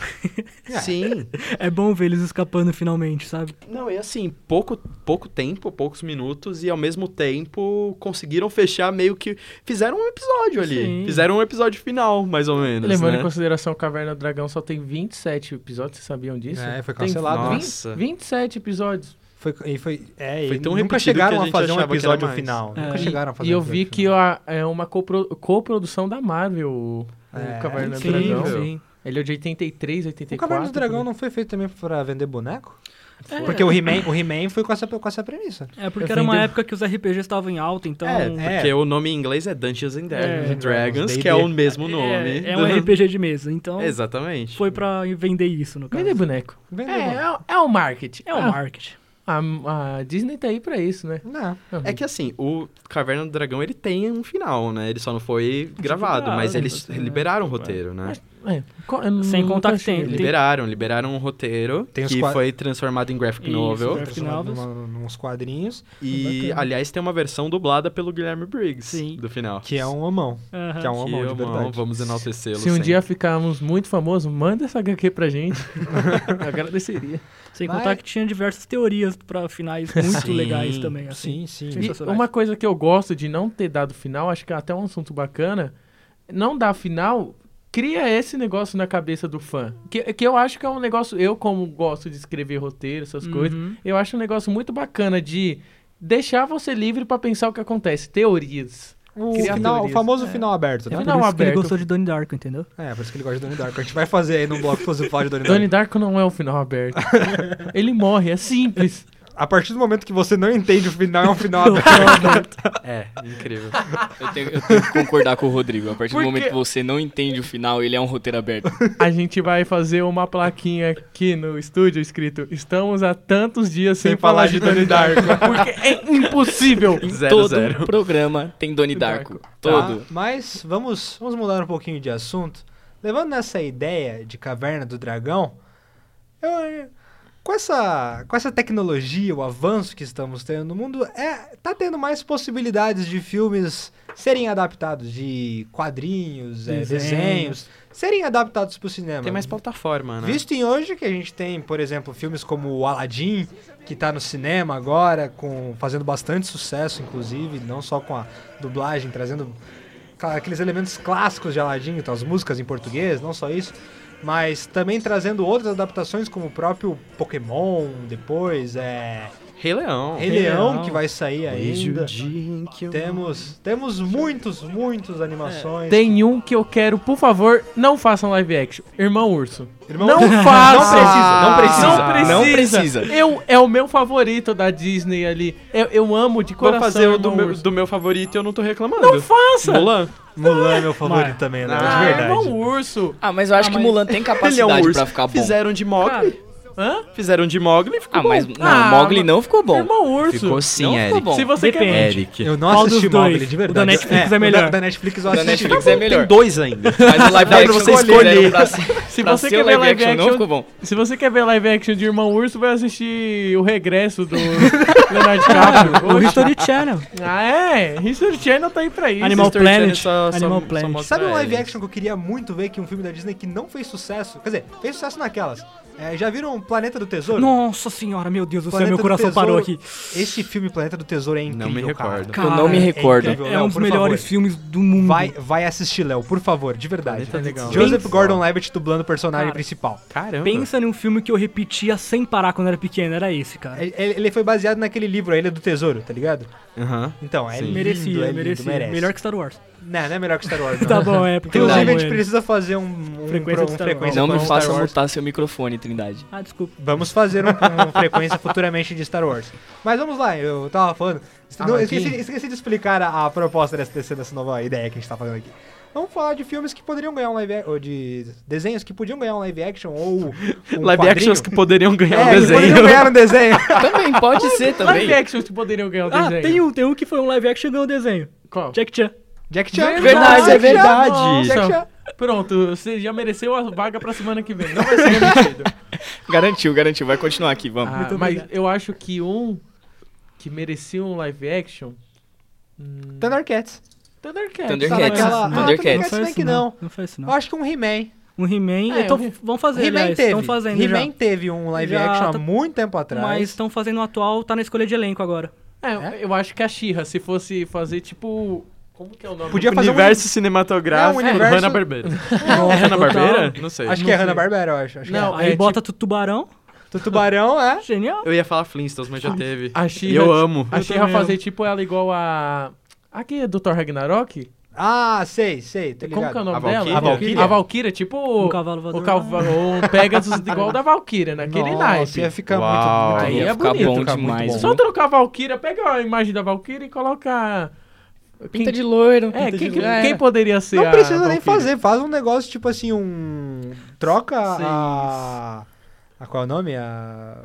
[SPEAKER 3] Ah. Sim.
[SPEAKER 4] É bom ver eles escapando finalmente, sabe?
[SPEAKER 3] Não, é assim, pouco, pouco tempo, poucos minutos, e ao mesmo tempo conseguiram fechar meio que. Fizeram um episódio ali.
[SPEAKER 4] Sim.
[SPEAKER 3] Fizeram um episódio final, mais ou menos.
[SPEAKER 1] Levando
[SPEAKER 3] né?
[SPEAKER 1] em consideração Caverna do Dragão só tem 27 episódios, vocês sabiam disso?
[SPEAKER 2] É, foi
[SPEAKER 1] Tem
[SPEAKER 2] cancelado,
[SPEAKER 3] né?
[SPEAKER 1] 20
[SPEAKER 3] Nossa.
[SPEAKER 1] 27 episódios.
[SPEAKER 2] Foi, e foi, é,
[SPEAKER 3] Foi
[SPEAKER 2] e
[SPEAKER 3] tão
[SPEAKER 2] nunca
[SPEAKER 3] repetido
[SPEAKER 2] chegaram
[SPEAKER 3] que a
[SPEAKER 2] a,
[SPEAKER 3] gente
[SPEAKER 2] fazer um
[SPEAKER 3] achava que era
[SPEAKER 2] episódio
[SPEAKER 3] mais.
[SPEAKER 2] final.
[SPEAKER 4] É,
[SPEAKER 2] Nunca
[SPEAKER 4] e-
[SPEAKER 2] chegaram a fazer
[SPEAKER 1] E eu
[SPEAKER 2] um
[SPEAKER 1] vi
[SPEAKER 2] episódio
[SPEAKER 1] que
[SPEAKER 2] final.
[SPEAKER 1] a- é uma copro- coprodução da Marvel, o, o
[SPEAKER 2] É,
[SPEAKER 1] Caverna do
[SPEAKER 4] sim,
[SPEAKER 1] Dragão.
[SPEAKER 4] sim.
[SPEAKER 1] Ele é de 83, 84.
[SPEAKER 2] O Caverna do Dragão
[SPEAKER 1] por aí.
[SPEAKER 2] não foi feito também pra vender boneco?
[SPEAKER 1] Foi.
[SPEAKER 2] Porque o He-Man o He foi com essa, com essa premissa.
[SPEAKER 4] É porque
[SPEAKER 1] Eu
[SPEAKER 4] era uma
[SPEAKER 1] entendo.
[SPEAKER 4] época que os RPGs estavam em alta, então.
[SPEAKER 3] É,
[SPEAKER 2] É.
[SPEAKER 1] né?
[SPEAKER 3] porque o nome em inglês é Dungeons and Dragons,
[SPEAKER 2] É.
[SPEAKER 3] Dragons
[SPEAKER 2] D&D.
[SPEAKER 3] que é o mesmo nome.
[SPEAKER 4] É, é
[SPEAKER 3] do-
[SPEAKER 4] um RPG de mesa, então
[SPEAKER 3] Exatamente.
[SPEAKER 4] foi pra vender isso, no caso.
[SPEAKER 1] Vender boneco. É,
[SPEAKER 2] Vendeu boneco.
[SPEAKER 1] é, é o marketing.
[SPEAKER 4] É o
[SPEAKER 1] Ah,
[SPEAKER 4] marketing.
[SPEAKER 1] A, a Disney tá aí pra isso, né?
[SPEAKER 2] Não.
[SPEAKER 3] É que assim, o Caverna do Dragão ele tem um final, né? Ele só não foi gravado,
[SPEAKER 4] gravado,
[SPEAKER 3] mas eles
[SPEAKER 4] né?
[SPEAKER 3] liberaram o roteiro, né?
[SPEAKER 1] É, co- eu
[SPEAKER 4] Sem
[SPEAKER 1] nunca
[SPEAKER 4] contar que
[SPEAKER 1] achei
[SPEAKER 4] tem-
[SPEAKER 1] ele.
[SPEAKER 4] tem-
[SPEAKER 3] Liberaram, liberaram um roteiro
[SPEAKER 2] Tem os
[SPEAKER 3] que
[SPEAKER 2] qua-
[SPEAKER 3] foi transformado em graphic
[SPEAKER 4] Isso,
[SPEAKER 3] novel.
[SPEAKER 4] graphic
[SPEAKER 2] Transformado
[SPEAKER 4] novels.
[SPEAKER 2] numa- Nos quadrinhos,
[SPEAKER 3] E,
[SPEAKER 4] Bacana.
[SPEAKER 3] aliás, tem uma versão dublada pelo Guilherme Briggs
[SPEAKER 4] Sim.
[SPEAKER 3] do final.
[SPEAKER 2] que é um homão.
[SPEAKER 4] Aham.
[SPEAKER 2] Que é um
[SPEAKER 3] Que
[SPEAKER 2] homão, de
[SPEAKER 3] homão,
[SPEAKER 2] verdade.
[SPEAKER 3] vamos enaltecê-lo.
[SPEAKER 1] Se um
[SPEAKER 3] sempre.
[SPEAKER 1] dia ficarmos muito famosos, manda essa HQ pra gente. Agradeceria.
[SPEAKER 4] Sem
[SPEAKER 2] Mas-
[SPEAKER 4] contar que tinha diversas teorias pra finais muito
[SPEAKER 3] Sim,
[SPEAKER 4] legais também, assim.
[SPEAKER 2] Sim, sim.
[SPEAKER 1] E
[SPEAKER 4] Sensacionais.
[SPEAKER 1] uma coisa que eu gosto de não ter dado final, acho que é até um assunto bacana, não dar final cria esse negócio na cabeça do fã. Que, que eu acho que é um negócio, eu como gosto de escrever roteiro, essas coisas,
[SPEAKER 4] Uhum.
[SPEAKER 1] eu acho um negócio muito bacana de deixar você livre pra pensar o que acontece, teorias.
[SPEAKER 2] O,
[SPEAKER 1] Criar
[SPEAKER 2] final, o
[SPEAKER 1] teorias.
[SPEAKER 2] famoso final aberto.
[SPEAKER 4] É
[SPEAKER 2] Né?
[SPEAKER 4] por
[SPEAKER 1] Final
[SPEAKER 4] isso que ele
[SPEAKER 1] aberto.
[SPEAKER 4] gostou de Donnie Darko, entendeu?
[SPEAKER 2] É, por isso que ele gosta de Donnie Darko. A gente vai fazer aí num bloco exclusivo de Donnie Darko.
[SPEAKER 1] Donnie Darko não é um final aberto. Ele morre, é simples.
[SPEAKER 2] A partir do momento que você não entende o final, é um final
[SPEAKER 4] Não,
[SPEAKER 2] aberto.
[SPEAKER 3] É, incrível.
[SPEAKER 5] Eu tenho, eu tenho que concordar com o Rodrigo. A partir
[SPEAKER 1] Por
[SPEAKER 5] do momento
[SPEAKER 1] quê?
[SPEAKER 5] que você não entende o final, ele é um roteiro aberto.
[SPEAKER 1] A gente vai fazer uma plaquinha aqui no estúdio escrito: Estamos há tantos dias sem, falar de Donnie Dark. Porque é impossível.
[SPEAKER 3] Zero,
[SPEAKER 5] Todo
[SPEAKER 3] zero.
[SPEAKER 5] programa tem Doni Darko. Todo.
[SPEAKER 2] Tá? Mas vamos, vamos mudar um pouquinho de assunto. Levando nessa ideia de Caverna do Dragão, eu- com, essa, com essa tecnologia, o avanço que estamos tendo no mundo, é, tá tendo mais possibilidades de filmes serem adaptados, de quadrinhos, é,
[SPEAKER 4] Desenhos.
[SPEAKER 2] desenhos, serem adaptados para o cinema.
[SPEAKER 3] Tem mais plataforma, né?
[SPEAKER 2] Visto em hoje que a gente tem, por exemplo, filmes como o Aladdin, que tá no cinema agora, com, fazendo bastante sucesso, inclusive, não só com a dublagem, trazendo ca- aqueles elementos clássicos de Aladdin, então, as músicas em português, não só isso, mas também trazendo outras adaptações, como o próprio Pokémon, depois, é...
[SPEAKER 3] Rei Leão.
[SPEAKER 2] Rei
[SPEAKER 4] Rei
[SPEAKER 2] Leão,
[SPEAKER 4] Leão.
[SPEAKER 2] que vai sair
[SPEAKER 3] Desde o
[SPEAKER 2] ainda.
[SPEAKER 3] dia em que eu-
[SPEAKER 2] Temos, temos muitos, muitos animações.
[SPEAKER 1] Tem um que eu quero, por favor, não façam live action. Irmão Urso.
[SPEAKER 2] Irmão,
[SPEAKER 1] não
[SPEAKER 2] Não
[SPEAKER 1] faça.
[SPEAKER 2] precisa, não precisa.
[SPEAKER 1] Não precisa.
[SPEAKER 5] Não precisa.
[SPEAKER 1] Eu, é o meu favorito da Disney ali. Eu, eu amo de
[SPEAKER 3] Vou
[SPEAKER 1] coração.
[SPEAKER 3] fazer o do
[SPEAKER 1] Irmão
[SPEAKER 3] meu,
[SPEAKER 1] Urso.
[SPEAKER 3] do meu favorito e eu não tô reclamando.
[SPEAKER 1] Não faça.
[SPEAKER 3] Mulan.
[SPEAKER 2] Mulan é meu favorito
[SPEAKER 4] Mas-
[SPEAKER 2] também, né?
[SPEAKER 3] Ah,
[SPEAKER 2] de
[SPEAKER 1] Ah,
[SPEAKER 2] verdade.
[SPEAKER 1] Irmão Urso.
[SPEAKER 5] Ah, mas eu acho que Mulan tem
[SPEAKER 3] Ele é
[SPEAKER 5] capacidade
[SPEAKER 3] um urso.
[SPEAKER 5] pra ficar bom.
[SPEAKER 3] Fizeram de Mogli.
[SPEAKER 1] Hã?
[SPEAKER 3] Fizeram de Mogli e ficou
[SPEAKER 5] Ah, mas
[SPEAKER 3] bom.
[SPEAKER 5] não,
[SPEAKER 1] Ah,
[SPEAKER 5] Mogli
[SPEAKER 1] mas-
[SPEAKER 5] não ficou bom.
[SPEAKER 1] Irmão urso.
[SPEAKER 3] Ficou sim,
[SPEAKER 5] não
[SPEAKER 3] Eric.
[SPEAKER 5] ficou bom.
[SPEAKER 1] Se você quer.
[SPEAKER 4] Depende.
[SPEAKER 3] Eric.
[SPEAKER 2] Eu não
[SPEAKER 4] Qual
[SPEAKER 2] assisti
[SPEAKER 4] dos dois?
[SPEAKER 2] Mogli, de
[SPEAKER 4] O
[SPEAKER 2] verdade.
[SPEAKER 4] da Netflix é
[SPEAKER 2] o
[SPEAKER 4] melhor.
[SPEAKER 2] da, da Netflix eu
[SPEAKER 5] Da
[SPEAKER 2] assisti.
[SPEAKER 5] Netflix é melhor.
[SPEAKER 3] Tem dois ainda.
[SPEAKER 5] Mas o live
[SPEAKER 3] Dá pra
[SPEAKER 5] action
[SPEAKER 3] você
[SPEAKER 5] que
[SPEAKER 3] escolher.
[SPEAKER 5] fizeram pra se-
[SPEAKER 1] Se
[SPEAKER 5] pra
[SPEAKER 1] você
[SPEAKER 5] ser
[SPEAKER 1] quer
[SPEAKER 5] o
[SPEAKER 1] ver live action,
[SPEAKER 5] não ficou bom.
[SPEAKER 1] se você quer ver live action de Irmão Urso, vai assistir o regresso do Leonardo
[SPEAKER 2] Ah,
[SPEAKER 1] DiCaprio.
[SPEAKER 4] O
[SPEAKER 1] Oxe.
[SPEAKER 4] History Channel.
[SPEAKER 1] Ah, é. History Channel tá aí pra isso.
[SPEAKER 4] Animal
[SPEAKER 3] History Channel
[SPEAKER 4] Planet,
[SPEAKER 3] só- só-
[SPEAKER 4] Animal
[SPEAKER 3] só
[SPEAKER 4] Planet.
[SPEAKER 3] mostra
[SPEAKER 5] É,
[SPEAKER 2] Sabe um live
[SPEAKER 3] eles.
[SPEAKER 2] action que eu queria muito ver, que um filme da Disney que não fez sucesso? Quer dizer, fez sucesso naquelas. É, já viram Planeta do Tesouro?
[SPEAKER 4] Nossa senhora, meu Deus do céu,
[SPEAKER 2] Planeta
[SPEAKER 4] meu
[SPEAKER 2] do
[SPEAKER 4] coração
[SPEAKER 2] Tesouro.
[SPEAKER 4] parou aqui.
[SPEAKER 2] Esse filme Planeta do Tesouro é incrível,
[SPEAKER 3] Não me
[SPEAKER 2] cara.
[SPEAKER 3] recordo.
[SPEAKER 5] Eu não me
[SPEAKER 4] Cara,
[SPEAKER 5] recordo.
[SPEAKER 2] incrível.
[SPEAKER 4] É
[SPEAKER 2] Léo,
[SPEAKER 4] um dos
[SPEAKER 2] por
[SPEAKER 4] melhores
[SPEAKER 2] favor.
[SPEAKER 4] filmes do mundo.
[SPEAKER 2] Vai, vai assistir, Léo, por favor, de verdade.
[SPEAKER 4] é
[SPEAKER 1] Planeta legal.
[SPEAKER 2] Joseph Gordon-Levitt dublando o personagem
[SPEAKER 4] Cara.
[SPEAKER 2] principal.
[SPEAKER 3] Caramba.
[SPEAKER 4] Pensa num filme que eu repetia sem parar quando era pequeno, era esse, cara.
[SPEAKER 2] Ele, ele foi baseado naquele livro, A Ilha do Tesouro, tá ligado?
[SPEAKER 3] Aham.
[SPEAKER 2] Então, é
[SPEAKER 3] Sim.
[SPEAKER 2] lindo,
[SPEAKER 4] merecia,
[SPEAKER 2] é lindo,
[SPEAKER 4] merecia.
[SPEAKER 2] merece. um
[SPEAKER 4] Melhor que Star Wars.
[SPEAKER 2] Não, não é melhor que Star Wars, não.
[SPEAKER 4] Tá bom, é, porque eu
[SPEAKER 2] Inclusive, a
[SPEAKER 4] amo
[SPEAKER 2] gente
[SPEAKER 4] ele.
[SPEAKER 2] precisa fazer um, um
[SPEAKER 4] Frequência
[SPEAKER 2] pro-
[SPEAKER 4] de
[SPEAKER 2] um
[SPEAKER 4] Star
[SPEAKER 2] frequência
[SPEAKER 5] Não me
[SPEAKER 2] com
[SPEAKER 5] faça
[SPEAKER 2] Star Wars.
[SPEAKER 5] mutar seu microfone, Trindade.
[SPEAKER 4] Ah, desculpa.
[SPEAKER 2] Vamos fazer um, um frequência futuramente de Star Wars. Mas vamos lá, eu tava falando.
[SPEAKER 1] Ah,
[SPEAKER 2] não,
[SPEAKER 1] mas
[SPEAKER 2] esqueci,
[SPEAKER 1] quem?
[SPEAKER 2] esqueci de explicar a, a proposta dessa, dessa- dessa nova ideia que a gente tá fazendo aqui. Vamos falar de filmes que poderiam ganhar um live action. Ou de desenhos que podiam ganhar um live action ou. Um
[SPEAKER 3] Live actions que poderiam ganhar
[SPEAKER 2] é,
[SPEAKER 3] um
[SPEAKER 2] que
[SPEAKER 3] desenho.
[SPEAKER 2] poderiam ganhar um desenho.
[SPEAKER 5] também, pode ser também.
[SPEAKER 1] Live actions que poderiam ganhar o
[SPEAKER 4] Ah,
[SPEAKER 1] desenho.
[SPEAKER 4] tem um, tem um que foi um live action e ganhou um desenho.
[SPEAKER 1] Qual?
[SPEAKER 4] Jack Chan.
[SPEAKER 2] Jack Chan.
[SPEAKER 3] Verdade, é
[SPEAKER 2] Jack Chan,
[SPEAKER 3] verdade.
[SPEAKER 2] Jack
[SPEAKER 1] Nossa.
[SPEAKER 2] Chan.
[SPEAKER 1] Pronto, você já mereceu a vaga pra semana que vem. Não vai ser demitido.
[SPEAKER 5] Garantiu, garantiu. Vai continuar aqui, vamos.
[SPEAKER 1] Ah, mas eu acho que um que merecia um live action. Hum,
[SPEAKER 2] Thundercats.
[SPEAKER 1] Thundercats.
[SPEAKER 2] Tá
[SPEAKER 5] Thundercats.
[SPEAKER 2] naquela...
[SPEAKER 4] Thundercats.
[SPEAKER 2] Ah,
[SPEAKER 5] Thundercats.
[SPEAKER 2] Thundercats
[SPEAKER 4] foi
[SPEAKER 2] bem
[SPEAKER 4] esse
[SPEAKER 2] que não.
[SPEAKER 4] Não foi esse
[SPEAKER 2] Eu
[SPEAKER 4] não.
[SPEAKER 2] acho que um He-Man.
[SPEAKER 4] Um He-Man.
[SPEAKER 1] É,
[SPEAKER 4] eu tô-
[SPEAKER 1] um He-
[SPEAKER 4] Vão fazer,
[SPEAKER 2] He-Man
[SPEAKER 4] aliás.
[SPEAKER 2] teve.
[SPEAKER 4] Estão fazendo
[SPEAKER 2] He-Man
[SPEAKER 4] já.
[SPEAKER 2] teve um live
[SPEAKER 4] Já
[SPEAKER 2] action há
[SPEAKER 4] tá-
[SPEAKER 2] muito tempo atrás.
[SPEAKER 4] Mas estão fazendo o atual, tá na escolha de elenco agora.
[SPEAKER 1] É, eu acho que a Xirra, se fosse fazer tipo. Como que é o nome?
[SPEAKER 2] Podia fazer um-
[SPEAKER 3] Universo
[SPEAKER 2] É,
[SPEAKER 3] cinematográfico
[SPEAKER 2] um universo-
[SPEAKER 3] Hanna-Barbera. é Hanna-Barbera? Não sei.
[SPEAKER 2] Acho que é Hanna-Barbera, eu acho. acho que
[SPEAKER 1] Não,
[SPEAKER 2] é.
[SPEAKER 1] é,
[SPEAKER 4] Aí
[SPEAKER 1] tipo-
[SPEAKER 4] bota tu- tubarão.
[SPEAKER 2] Do Tubarão, é.
[SPEAKER 4] Genial.
[SPEAKER 3] Eu ia falar Flintstones, mas já teve.
[SPEAKER 1] a
[SPEAKER 3] E
[SPEAKER 1] She-Ra-
[SPEAKER 3] eu amo.
[SPEAKER 1] A
[SPEAKER 4] Eu
[SPEAKER 1] Xirra
[SPEAKER 4] também
[SPEAKER 1] fazer
[SPEAKER 4] amo.
[SPEAKER 1] tipo ela igual a. Aqui é Dr. Ragnarok?
[SPEAKER 2] Ah, sei, sei, tá
[SPEAKER 1] Como
[SPEAKER 2] ligado?
[SPEAKER 1] que é o nome
[SPEAKER 3] A
[SPEAKER 1] dela?
[SPEAKER 3] Valkyria?
[SPEAKER 2] A Valkyria?
[SPEAKER 1] A Valkyria, tipo.
[SPEAKER 4] Um
[SPEAKER 1] O
[SPEAKER 4] cavalo
[SPEAKER 1] o
[SPEAKER 4] voador.
[SPEAKER 1] cavalo. O Pegasus igual o da Valkyria, naquele
[SPEAKER 2] Nossa, é
[SPEAKER 1] naipe.
[SPEAKER 2] ia ficar
[SPEAKER 3] Uau.
[SPEAKER 2] muito, muito
[SPEAKER 1] Aí
[SPEAKER 2] louco.
[SPEAKER 1] é
[SPEAKER 5] ficar
[SPEAKER 1] bonito,
[SPEAKER 5] bom
[SPEAKER 2] fica muito
[SPEAKER 5] demais.
[SPEAKER 2] bom.
[SPEAKER 1] Só
[SPEAKER 5] viu?
[SPEAKER 1] trocar a Valkyria, pega a imagem da Valkyria e coloca.
[SPEAKER 5] Pinta de loiro.
[SPEAKER 1] É,
[SPEAKER 5] pinta
[SPEAKER 1] quem,
[SPEAKER 5] de
[SPEAKER 1] que-
[SPEAKER 5] loiro.
[SPEAKER 1] quem poderia ser?
[SPEAKER 2] Não
[SPEAKER 1] a
[SPEAKER 2] precisa nem
[SPEAKER 1] Valkyria?
[SPEAKER 2] fazer, faz um negócio tipo assim, um... Troca a... a... Qual é o nome? A...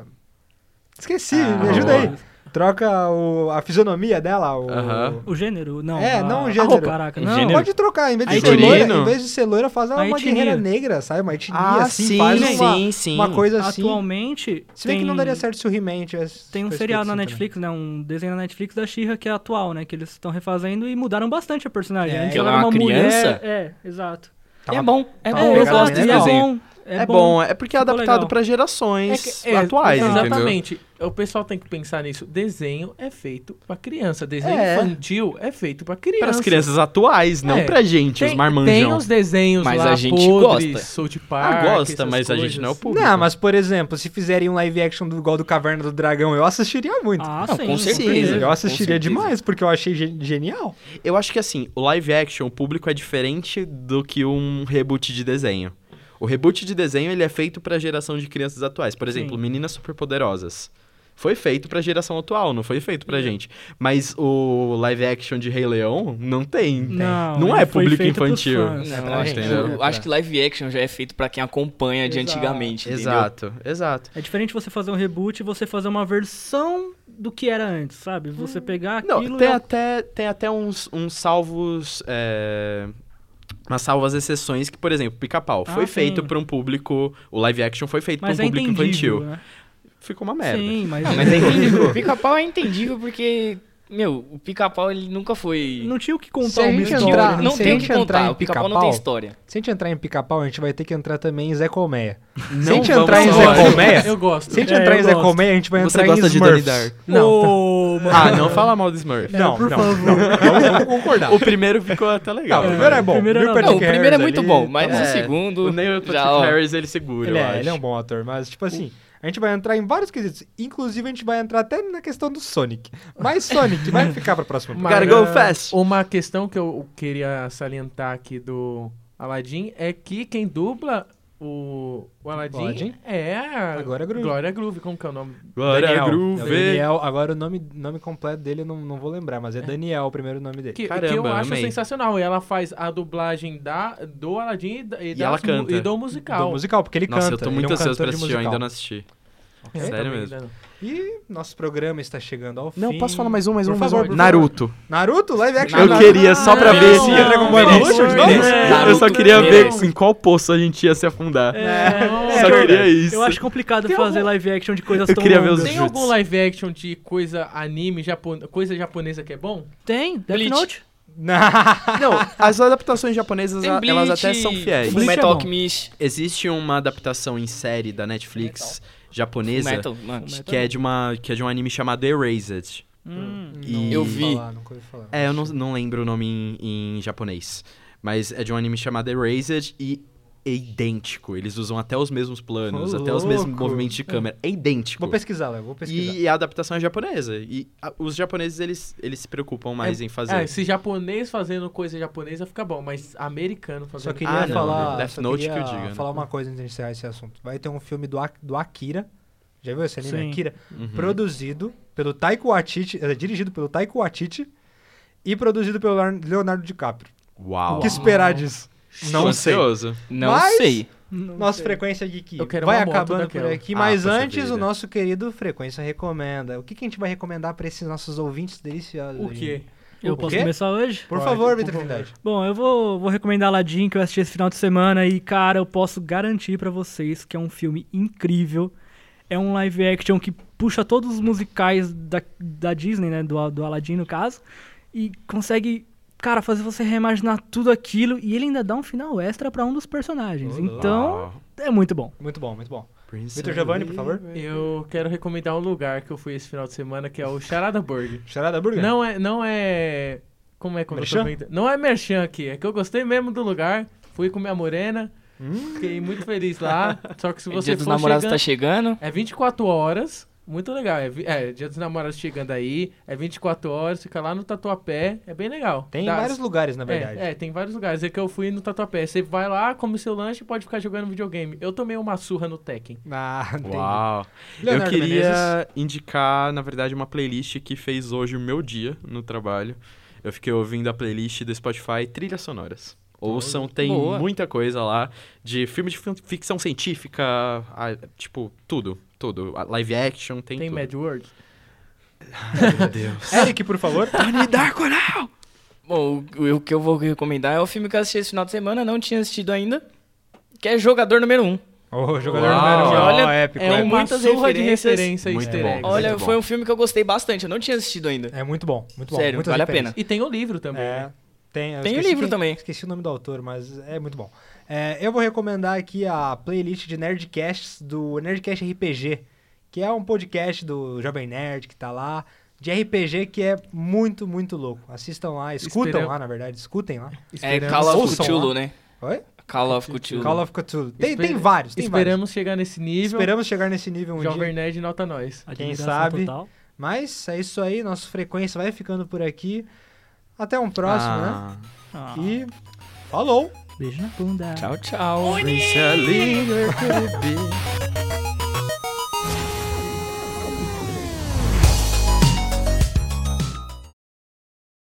[SPEAKER 2] Esqueci,
[SPEAKER 3] Ah,
[SPEAKER 2] me ajuda aí.
[SPEAKER 3] boa.
[SPEAKER 2] Troca o... a fisionomia dela, o...
[SPEAKER 3] Aham.
[SPEAKER 4] O gênero, não.
[SPEAKER 2] É,
[SPEAKER 4] a-
[SPEAKER 2] não o
[SPEAKER 4] a
[SPEAKER 2] gênero.
[SPEAKER 4] roupa, Caraca,
[SPEAKER 5] O
[SPEAKER 4] não.
[SPEAKER 5] gênero.
[SPEAKER 2] Pode trocar, em vez, de
[SPEAKER 4] A
[SPEAKER 2] ser loira,
[SPEAKER 3] etnia.
[SPEAKER 2] em vez de ser loira, faz ela
[SPEAKER 4] A
[SPEAKER 2] uma
[SPEAKER 4] etnia.
[SPEAKER 2] guerreira negra, sabe? Uma etnia,
[SPEAKER 3] Ah,
[SPEAKER 2] assim,
[SPEAKER 3] sim,
[SPEAKER 2] faz uma,
[SPEAKER 3] sim, sim.
[SPEAKER 2] uma coisa assim.
[SPEAKER 4] Atualmente.
[SPEAKER 2] Se bem
[SPEAKER 4] tem...
[SPEAKER 2] que não daria certo se o He-Man tivesse...
[SPEAKER 4] Tem um
[SPEAKER 2] tivesse
[SPEAKER 4] seriado
[SPEAKER 2] feito
[SPEAKER 4] na
[SPEAKER 2] assim
[SPEAKER 4] Netflix, né? Um desenho na Netflix da She-Ra que é atual, né? Que eles estão refazendo e mudaram bastante a personagem.
[SPEAKER 2] É,
[SPEAKER 4] Antes
[SPEAKER 2] que
[SPEAKER 5] ela
[SPEAKER 4] era
[SPEAKER 5] é uma criança?
[SPEAKER 4] Mulher, é, exato.
[SPEAKER 2] também.
[SPEAKER 5] É
[SPEAKER 2] Tá
[SPEAKER 5] bom, é
[SPEAKER 2] tá
[SPEAKER 5] bom.
[SPEAKER 2] uma
[SPEAKER 4] é,
[SPEAKER 5] Eu
[SPEAKER 2] pegada
[SPEAKER 5] gosto
[SPEAKER 4] exato. E
[SPEAKER 5] desse
[SPEAKER 2] bem
[SPEAKER 4] é
[SPEAKER 2] legal.
[SPEAKER 5] desenho.
[SPEAKER 4] bom. É,
[SPEAKER 3] É
[SPEAKER 4] bom.
[SPEAKER 3] bom, é porque é
[SPEAKER 4] Ficou
[SPEAKER 3] adaptado
[SPEAKER 4] legal.
[SPEAKER 3] pra
[SPEAKER 1] É
[SPEAKER 3] gerações
[SPEAKER 1] que- é,
[SPEAKER 3] atuais, entendeu?
[SPEAKER 1] Exatamente. O pessoal tem que pensar nisso. Desenho é feito pra criança. Desenho
[SPEAKER 2] É.
[SPEAKER 1] infantil é feito pra criança.
[SPEAKER 3] Para as crianças atuais, não
[SPEAKER 1] É.
[SPEAKER 3] pra gente, os
[SPEAKER 1] Tem, tem
[SPEAKER 3] marmanjão.
[SPEAKER 1] os desenhos
[SPEAKER 5] Mas
[SPEAKER 1] lá
[SPEAKER 5] a gente
[SPEAKER 1] podres,
[SPEAKER 5] gosta.
[SPEAKER 1] South Park,
[SPEAKER 3] Ah, gosta,
[SPEAKER 1] essas
[SPEAKER 3] mas a gente
[SPEAKER 1] coisas.
[SPEAKER 3] não é o público.
[SPEAKER 2] Não, mas por exemplo, se fizerem um live action do, igual do Caverna do Dragão, eu assistiria muito.
[SPEAKER 4] Ah,
[SPEAKER 5] Não,
[SPEAKER 4] sim,
[SPEAKER 5] com certeza.
[SPEAKER 2] eu
[SPEAKER 5] com
[SPEAKER 2] assistiria
[SPEAKER 5] certeza.
[SPEAKER 2] demais, porque eu achei ge- genial.
[SPEAKER 3] Eu acho que assim, o live action, o público é diferente do que um reboot de desenho. O reboot de desenho, ele é feito pra geração de crianças atuais. Por exemplo, Meninas Superpoderosas. Foi feito pra geração atual, não foi feito
[SPEAKER 4] É.
[SPEAKER 3] pra gente. Mas o live action de Rei Leão não tem.
[SPEAKER 4] Não,
[SPEAKER 3] não
[SPEAKER 4] ele
[SPEAKER 3] é
[SPEAKER 4] foi
[SPEAKER 3] público
[SPEAKER 4] feito pros
[SPEAKER 3] infantil.
[SPEAKER 4] fãs.
[SPEAKER 5] Não,
[SPEAKER 3] Não,
[SPEAKER 5] acho, que,
[SPEAKER 3] entendeu?
[SPEAKER 5] eu acho que live action já é feito pra quem acompanha de
[SPEAKER 2] Exato.
[SPEAKER 5] antigamente, entendeu?
[SPEAKER 3] Exato, exato.
[SPEAKER 4] É diferente você fazer um reboot e você fazer uma versão do que era antes, sabe?
[SPEAKER 2] Hum.
[SPEAKER 4] Você pegar aquilo...
[SPEAKER 3] Não, tem
[SPEAKER 4] e- é um
[SPEAKER 3] até, tem até uns, uns salvos. é, Umas salvas exceções que, por exemplo, Pica-Pau
[SPEAKER 4] Ah,
[SPEAKER 3] foi
[SPEAKER 4] sim.
[SPEAKER 3] feito pra um público. O live action foi feito pra um
[SPEAKER 4] Mas é
[SPEAKER 3] público
[SPEAKER 4] entendível,
[SPEAKER 3] infantil.
[SPEAKER 4] né?
[SPEAKER 3] Ficou uma merda.
[SPEAKER 4] Sim, mas...
[SPEAKER 5] Mas é entendível. O pica-pau é entendível porque, meu, o pica-pau ele nunca foi.
[SPEAKER 4] Não tinha o né?
[SPEAKER 2] Se
[SPEAKER 4] que
[SPEAKER 2] a
[SPEAKER 4] contar uma
[SPEAKER 2] gente
[SPEAKER 4] história.
[SPEAKER 2] entrar-
[SPEAKER 5] não
[SPEAKER 2] se a
[SPEAKER 5] tem o que
[SPEAKER 2] gente entrar em
[SPEAKER 5] contar. O pica-pau não tem
[SPEAKER 2] Pica-Pau-
[SPEAKER 5] história.
[SPEAKER 2] Se a gente entrar em pica-pau, a gente vai ter que entrar também em Zé Colmeia. se a
[SPEAKER 3] Não
[SPEAKER 2] gente
[SPEAKER 3] vamos
[SPEAKER 2] entrar em
[SPEAKER 3] falar.
[SPEAKER 2] Zé Colmeia,
[SPEAKER 1] Eu gosto.
[SPEAKER 2] se a gente
[SPEAKER 4] É,
[SPEAKER 2] entrar
[SPEAKER 4] eu
[SPEAKER 2] em Zé
[SPEAKER 4] gosto.
[SPEAKER 2] Colmeia, a gente vai
[SPEAKER 3] Você
[SPEAKER 2] entrar em
[SPEAKER 3] gosta de Donnie
[SPEAKER 2] Smurfs.
[SPEAKER 3] Dark?
[SPEAKER 4] Ô, mano.
[SPEAKER 3] Ah, não fala mal do Smurf.
[SPEAKER 2] Não,
[SPEAKER 4] É, por
[SPEAKER 2] não,
[SPEAKER 4] favor.
[SPEAKER 2] não, Vamos, vamos concordar.
[SPEAKER 3] O primeiro ficou até legal.
[SPEAKER 2] Não, o primeiro é bom.
[SPEAKER 4] primeiro
[SPEAKER 2] Rupert
[SPEAKER 4] era
[SPEAKER 5] Não, o
[SPEAKER 2] Harris
[SPEAKER 5] primeiro é muito
[SPEAKER 2] ali,
[SPEAKER 5] bom,
[SPEAKER 2] tá
[SPEAKER 5] mas
[SPEAKER 2] bom.
[SPEAKER 5] o
[SPEAKER 3] É,
[SPEAKER 5] segundo.
[SPEAKER 3] O Neil Patrick
[SPEAKER 5] já, ó,
[SPEAKER 3] Harris, ele segura,
[SPEAKER 2] Ele
[SPEAKER 3] eu
[SPEAKER 2] é,
[SPEAKER 3] acho.
[SPEAKER 2] ele é um bom ator, mas tipo assim, a gente vai entrar em vários quesitos. Inclusive, a gente vai entrar até na questão do Sonic. Mas Sonic vai ficar pra próxima.
[SPEAKER 1] Mas,
[SPEAKER 3] Gotta go
[SPEAKER 1] ah,
[SPEAKER 3] fast.
[SPEAKER 1] Uma questão que eu queria salientar aqui do Aladdin é que quem dubla o, o Aladdin,
[SPEAKER 2] Aladdin?
[SPEAKER 1] é a
[SPEAKER 2] Agora é Groove.
[SPEAKER 1] Glória Groove. Como que é o nome?
[SPEAKER 3] Glória
[SPEAKER 2] Daniel.
[SPEAKER 3] Groove.
[SPEAKER 2] É o Daniel, agora o nome, nome completo dele eu não, não vou lembrar, mas é, Daniel o primeiro nome dele.
[SPEAKER 1] Que, que eu
[SPEAKER 3] Caramba,
[SPEAKER 1] acho
[SPEAKER 3] amei.
[SPEAKER 1] sensacional. E ela faz a dublagem da, do Aladdin e, da- e
[SPEAKER 3] E ela
[SPEAKER 1] das mu-
[SPEAKER 3] canta.
[SPEAKER 1] e do musical.
[SPEAKER 2] Do musical, porque ele
[SPEAKER 3] Nossa,
[SPEAKER 2] canta.
[SPEAKER 3] eu tô
[SPEAKER 2] ele é
[SPEAKER 3] muito
[SPEAKER 2] um cantor
[SPEAKER 3] ansioso pra
[SPEAKER 2] de
[SPEAKER 3] assistir, eu
[SPEAKER 2] musical.
[SPEAKER 3] ainda né? não assisti.
[SPEAKER 1] Eu
[SPEAKER 3] Sério
[SPEAKER 1] também
[SPEAKER 3] mesmo.
[SPEAKER 1] ainda não.
[SPEAKER 2] E nosso programa está chegando ao fim.
[SPEAKER 6] Não, posso falar mais um, mais
[SPEAKER 2] Por
[SPEAKER 6] um, mais
[SPEAKER 2] favor,
[SPEAKER 6] um.
[SPEAKER 2] por
[SPEAKER 3] Naruto.
[SPEAKER 2] Naruto, live action.
[SPEAKER 3] Eu
[SPEAKER 2] Naruto.
[SPEAKER 3] queria só pra
[SPEAKER 1] não,
[SPEAKER 3] ver.
[SPEAKER 1] Ah, não,
[SPEAKER 2] Ia Dragon Ball
[SPEAKER 1] não,
[SPEAKER 2] Evolution de
[SPEAKER 1] não.
[SPEAKER 2] novo?
[SPEAKER 1] É.
[SPEAKER 3] Eu só
[SPEAKER 5] Naruto
[SPEAKER 3] queria ver
[SPEAKER 1] primeiro.
[SPEAKER 3] em qual poço a gente ia se afundar.
[SPEAKER 1] É,
[SPEAKER 3] só
[SPEAKER 1] é
[SPEAKER 3] queria isso.
[SPEAKER 4] Eu acho complicado
[SPEAKER 1] Tem
[SPEAKER 4] fazer
[SPEAKER 1] algum-
[SPEAKER 4] live action de coisas
[SPEAKER 3] Eu
[SPEAKER 4] tão
[SPEAKER 3] queria ver os
[SPEAKER 4] longas.
[SPEAKER 1] Tem
[SPEAKER 3] Jutsu.
[SPEAKER 1] algum live action de coisa anime, japon... coisa japonesa que é bom?
[SPEAKER 4] Tem, Death
[SPEAKER 5] Bleach.
[SPEAKER 4] Note.
[SPEAKER 3] Não, as adaptações japonesas,
[SPEAKER 5] Tem
[SPEAKER 3] a-
[SPEAKER 5] Bleach,
[SPEAKER 3] elas até são fiéis.
[SPEAKER 4] Bleach é
[SPEAKER 5] Fullmetal
[SPEAKER 4] bom.
[SPEAKER 5] Alchemist.
[SPEAKER 3] Existe uma adaptação em série da Netflix japonesa
[SPEAKER 5] Metal, mano.
[SPEAKER 3] que é de uma que é de um anime chamado Erased.
[SPEAKER 4] Hum.
[SPEAKER 3] E-
[SPEAKER 2] Não
[SPEAKER 5] Eu
[SPEAKER 2] ouvi
[SPEAKER 5] vi.
[SPEAKER 2] falar, nunca ouvi falar.
[SPEAKER 3] É, eu não, não lembro o nome em, em japonês, mas é de um anime chamado Erased e é idêntico. Eles usam até os mesmos planos,
[SPEAKER 2] Ô,
[SPEAKER 3] até os mesmos
[SPEAKER 2] louco.
[SPEAKER 3] movimentos de câmera. É idêntico.
[SPEAKER 2] Vou pesquisar, Léo, vou pesquisar.
[SPEAKER 3] E a adaptação é japonesa. E a- os japoneses, eles, eles se preocupam mais em fazer.
[SPEAKER 1] É, se japonês fazendo coisa japonesa fica bom, mas americano
[SPEAKER 2] Só
[SPEAKER 1] fazendo.
[SPEAKER 2] queria
[SPEAKER 3] Ah, não,
[SPEAKER 2] falar,
[SPEAKER 3] Death
[SPEAKER 2] só
[SPEAKER 3] Note
[SPEAKER 2] queria
[SPEAKER 3] que eu diga, né?
[SPEAKER 2] falar uma coisa antes de encerrar esse assunto. Vai ter um filme do, A- do Akira. Já viu esse anime
[SPEAKER 4] Sim.
[SPEAKER 2] Akira?
[SPEAKER 3] Uhum.
[SPEAKER 2] Produzido pelo Taiko Waititi, é, dirigido pelo Taiko Waititi e produzido pelo Leon- Leonardo DiCaprio.
[SPEAKER 3] Uau.
[SPEAKER 2] O que esperar disso?
[SPEAKER 3] Tô
[SPEAKER 2] Não sei.
[SPEAKER 3] ansioso.
[SPEAKER 5] Não
[SPEAKER 2] Mas-
[SPEAKER 5] sei.
[SPEAKER 4] Não
[SPEAKER 2] Nossa
[SPEAKER 4] sei.
[SPEAKER 2] frequência geek
[SPEAKER 1] Eu quero
[SPEAKER 2] vai
[SPEAKER 1] uma moto
[SPEAKER 2] acabando por
[SPEAKER 1] daquela.
[SPEAKER 2] aqui,
[SPEAKER 3] Ah,
[SPEAKER 2] mas
[SPEAKER 3] poxa
[SPEAKER 2] antes o
[SPEAKER 3] vida.
[SPEAKER 2] nosso querido Frequência Recomenda. O que, que a gente vai recomendar pra esses nossos ouvintes deliciosos?
[SPEAKER 1] O
[SPEAKER 2] hoje?
[SPEAKER 1] quê?
[SPEAKER 4] Eu
[SPEAKER 2] O
[SPEAKER 4] posso
[SPEAKER 2] quê?
[SPEAKER 4] começar hoje?
[SPEAKER 2] Por
[SPEAKER 1] Pode,
[SPEAKER 2] favor,
[SPEAKER 1] por
[SPEAKER 2] Vitor
[SPEAKER 1] favor.
[SPEAKER 2] Trindade.
[SPEAKER 4] Bom, eu vou, vou recomendar Aladdin, que eu assisti esse final de semana e, cara, eu posso garantir pra vocês que é um filme incrível. É um live action que puxa todos os musicais da, da Disney, né? Do, do Aladdin, no caso. E consegue, cara, fazer você reimaginar tudo aquilo. E ele ainda dá um final extra pra um dos personagens.
[SPEAKER 2] Olá.
[SPEAKER 4] então, é muito bom.
[SPEAKER 2] Muito bom, muito bom.
[SPEAKER 3] Prince
[SPEAKER 2] Vitor Giovanni, por favor.
[SPEAKER 1] Eu quero recomendar um lugar que eu fui esse final de semana, que é o Charada Burger.
[SPEAKER 2] Charada Burger?
[SPEAKER 1] Não é. Não é. Como é que eu tô
[SPEAKER 2] Merchan?
[SPEAKER 1] vendo? Não é merchan aqui, é que eu gostei mesmo do lugar. Fui com minha morena, fiquei muito feliz lá. Só que se você
[SPEAKER 5] Dia dos
[SPEAKER 1] for
[SPEAKER 5] namorados
[SPEAKER 1] chegando-
[SPEAKER 5] tá chegando.
[SPEAKER 1] É 24 horas. Muito legal. É, vi- é, Dia dos Namorados chegando aí. É 24 horas. Fica lá no Tatuapé. É bem legal.
[SPEAKER 2] Tem
[SPEAKER 1] Dá-
[SPEAKER 2] vários lugares, na
[SPEAKER 1] é,
[SPEAKER 2] verdade.
[SPEAKER 1] É, tem vários lugares. É que eu fui no Tatuapé. Você vai lá, come seu lanche e pode ficar jogando videogame. Eu tomei uma surra no Tekken.
[SPEAKER 2] Ah, entendi.
[SPEAKER 3] Uau.
[SPEAKER 2] Leonardo
[SPEAKER 3] eu queria
[SPEAKER 2] Menezes.
[SPEAKER 3] indicar, na verdade, uma playlist que fez hoje o meu dia no trabalho. Eu fiquei ouvindo a playlist do Spotify Trilhas Sonoras. Ouçam, tem
[SPEAKER 5] Boa.
[SPEAKER 3] muita coisa lá de filme de fi- ficção científica, ah, tipo, tudo, tudo. A Live action, tem,
[SPEAKER 1] Tem,
[SPEAKER 3] tudo.
[SPEAKER 1] Mad World.
[SPEAKER 3] Meu Deus.
[SPEAKER 2] Eric, por favor.
[SPEAKER 5] Bom, o, o que eu vou recomendar é o filme que eu assisti esse final de semana, não tinha assistido ainda, que é Jogador Número 1.
[SPEAKER 2] Ô, jogador
[SPEAKER 3] Uau.
[SPEAKER 2] número um.
[SPEAKER 5] Olha,
[SPEAKER 2] Ó, épico,
[SPEAKER 1] É
[SPEAKER 2] épico.
[SPEAKER 1] uma
[SPEAKER 5] muitas
[SPEAKER 1] surra de
[SPEAKER 5] referências.
[SPEAKER 1] referência e
[SPEAKER 3] Muito
[SPEAKER 1] easter
[SPEAKER 3] bom.
[SPEAKER 1] eggs.
[SPEAKER 5] Olha,
[SPEAKER 3] muito
[SPEAKER 5] foi
[SPEAKER 3] bom.
[SPEAKER 5] um filme que eu gostei bastante, eu não tinha assistido ainda.
[SPEAKER 2] É muito bom, muito bom.
[SPEAKER 5] Sério,
[SPEAKER 2] Muitas
[SPEAKER 5] vale a
[SPEAKER 2] referências.
[SPEAKER 1] E tem o livro também. né?
[SPEAKER 2] É, tem, eu
[SPEAKER 5] Tem o
[SPEAKER 2] esqueci
[SPEAKER 5] livro
[SPEAKER 2] quem-
[SPEAKER 5] também.
[SPEAKER 2] Esqueci o nome do autor, mas é muito bom. É, eu vou recomendar aqui a playlist de Nerdcasts do Nerdcast RPG, que é um podcast do Jovem Nerd que tá lá, de RPG que é muito, muito louco. Assistam lá, escutam
[SPEAKER 1] Esperamos-
[SPEAKER 2] lá, na verdade, escutem lá.
[SPEAKER 5] É
[SPEAKER 1] Esperamos-
[SPEAKER 5] Call of
[SPEAKER 2] Ouçam
[SPEAKER 5] Cthulhu,
[SPEAKER 2] lá.
[SPEAKER 5] né?
[SPEAKER 2] Oi?
[SPEAKER 5] Call of Cthulhu.
[SPEAKER 2] Call of Cthulhu. Tem,
[SPEAKER 1] Esper-
[SPEAKER 2] tem vários, tem vários.
[SPEAKER 1] Esperamos chegar nesse nível.
[SPEAKER 2] Esperamos chegar nesse nível um dia.
[SPEAKER 1] Jovem Nerd nota nós.
[SPEAKER 4] Admiração
[SPEAKER 2] sabe?
[SPEAKER 4] Total.
[SPEAKER 2] Mas é isso aí, nosso frequência vai ficando por aqui. Até um próximo, né?
[SPEAKER 3] ah,
[SPEAKER 4] Ah,
[SPEAKER 2] E falou!
[SPEAKER 4] Beijo na bunda.
[SPEAKER 5] Tchau, tchau.
[SPEAKER 3] Prince, a leader could be.